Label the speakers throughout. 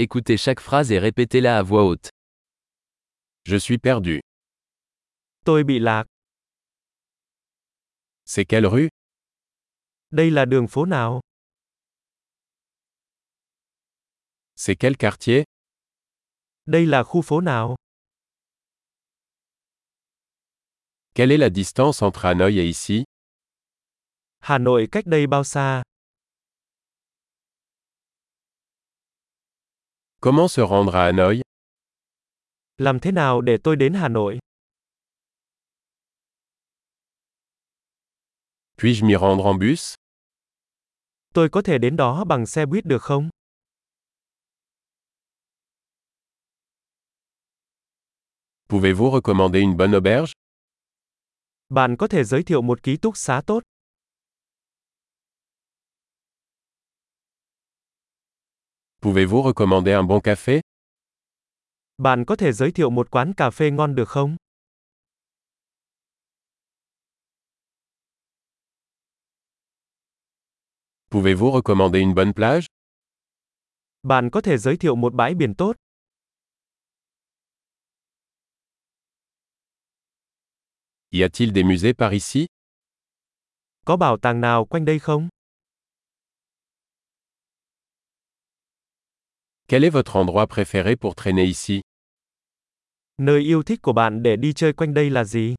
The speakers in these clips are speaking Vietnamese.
Speaker 1: Écoutez chaque phrase et répétez-la à voix haute.
Speaker 2: Je suis perdu.
Speaker 3: Tôi bị lạc.
Speaker 2: C'est quelle rue
Speaker 3: Đây là đường phố nào?
Speaker 2: C'est quel quartier
Speaker 3: Đây là khu phố nào?
Speaker 2: Quelle est la distance entre Hanoï et ici
Speaker 3: Hà Nội cách đây bao xa?
Speaker 2: Comment se rendre à Hanoï
Speaker 3: Làm thế nào để tôi đến Hà Nội?
Speaker 2: Puis-je m'y rendre en bus
Speaker 3: Tôi có thể đến đó bằng xe buýt được không?
Speaker 2: Pouvez-vous recommander une bonne auberge
Speaker 3: Bạn có thể giới thiệu một ký túc xá tốt.
Speaker 2: Pouvez-vous recommander un bon café
Speaker 3: Bạn có thể giới thiệu một quán cà phê ngon được không?
Speaker 2: Pouvez-vous recommander une bonne plage
Speaker 3: Bạn có thể giới thiệu một bãi biển tốt.
Speaker 2: Y a-t-il des musées par ici
Speaker 3: Có bảo tàng nào quanh đây không?
Speaker 2: Quel est votre endroit préféré pour traîner ici
Speaker 3: Nơi yêu thích của bạn để đi chơi quanh đây là gì?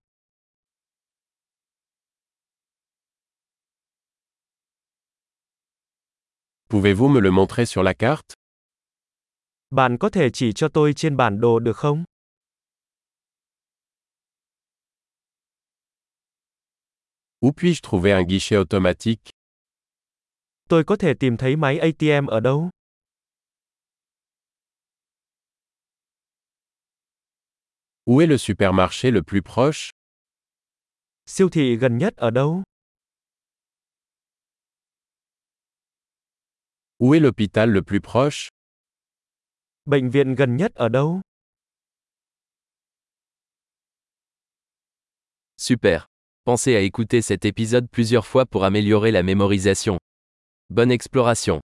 Speaker 2: Pouvez-vous me le montrer sur la carte
Speaker 3: Bạn có thể chỉ cho tôi trên bản đồ được không?
Speaker 2: Où puis-je trouver un guichet automatique
Speaker 3: Tôi có thể tìm thấy máy ATM ở đâu?
Speaker 2: Où est le supermarché le plus proche
Speaker 3: Siêu thị gần nhất ở đâu?
Speaker 2: Où est l'hôpital le plus proche
Speaker 3: Bệnh viện gần nhất ở đâu?
Speaker 1: Super. Pensez à écouter cet épisode plusieurs fois pour améliorer la mémorisation. Bonne exploration.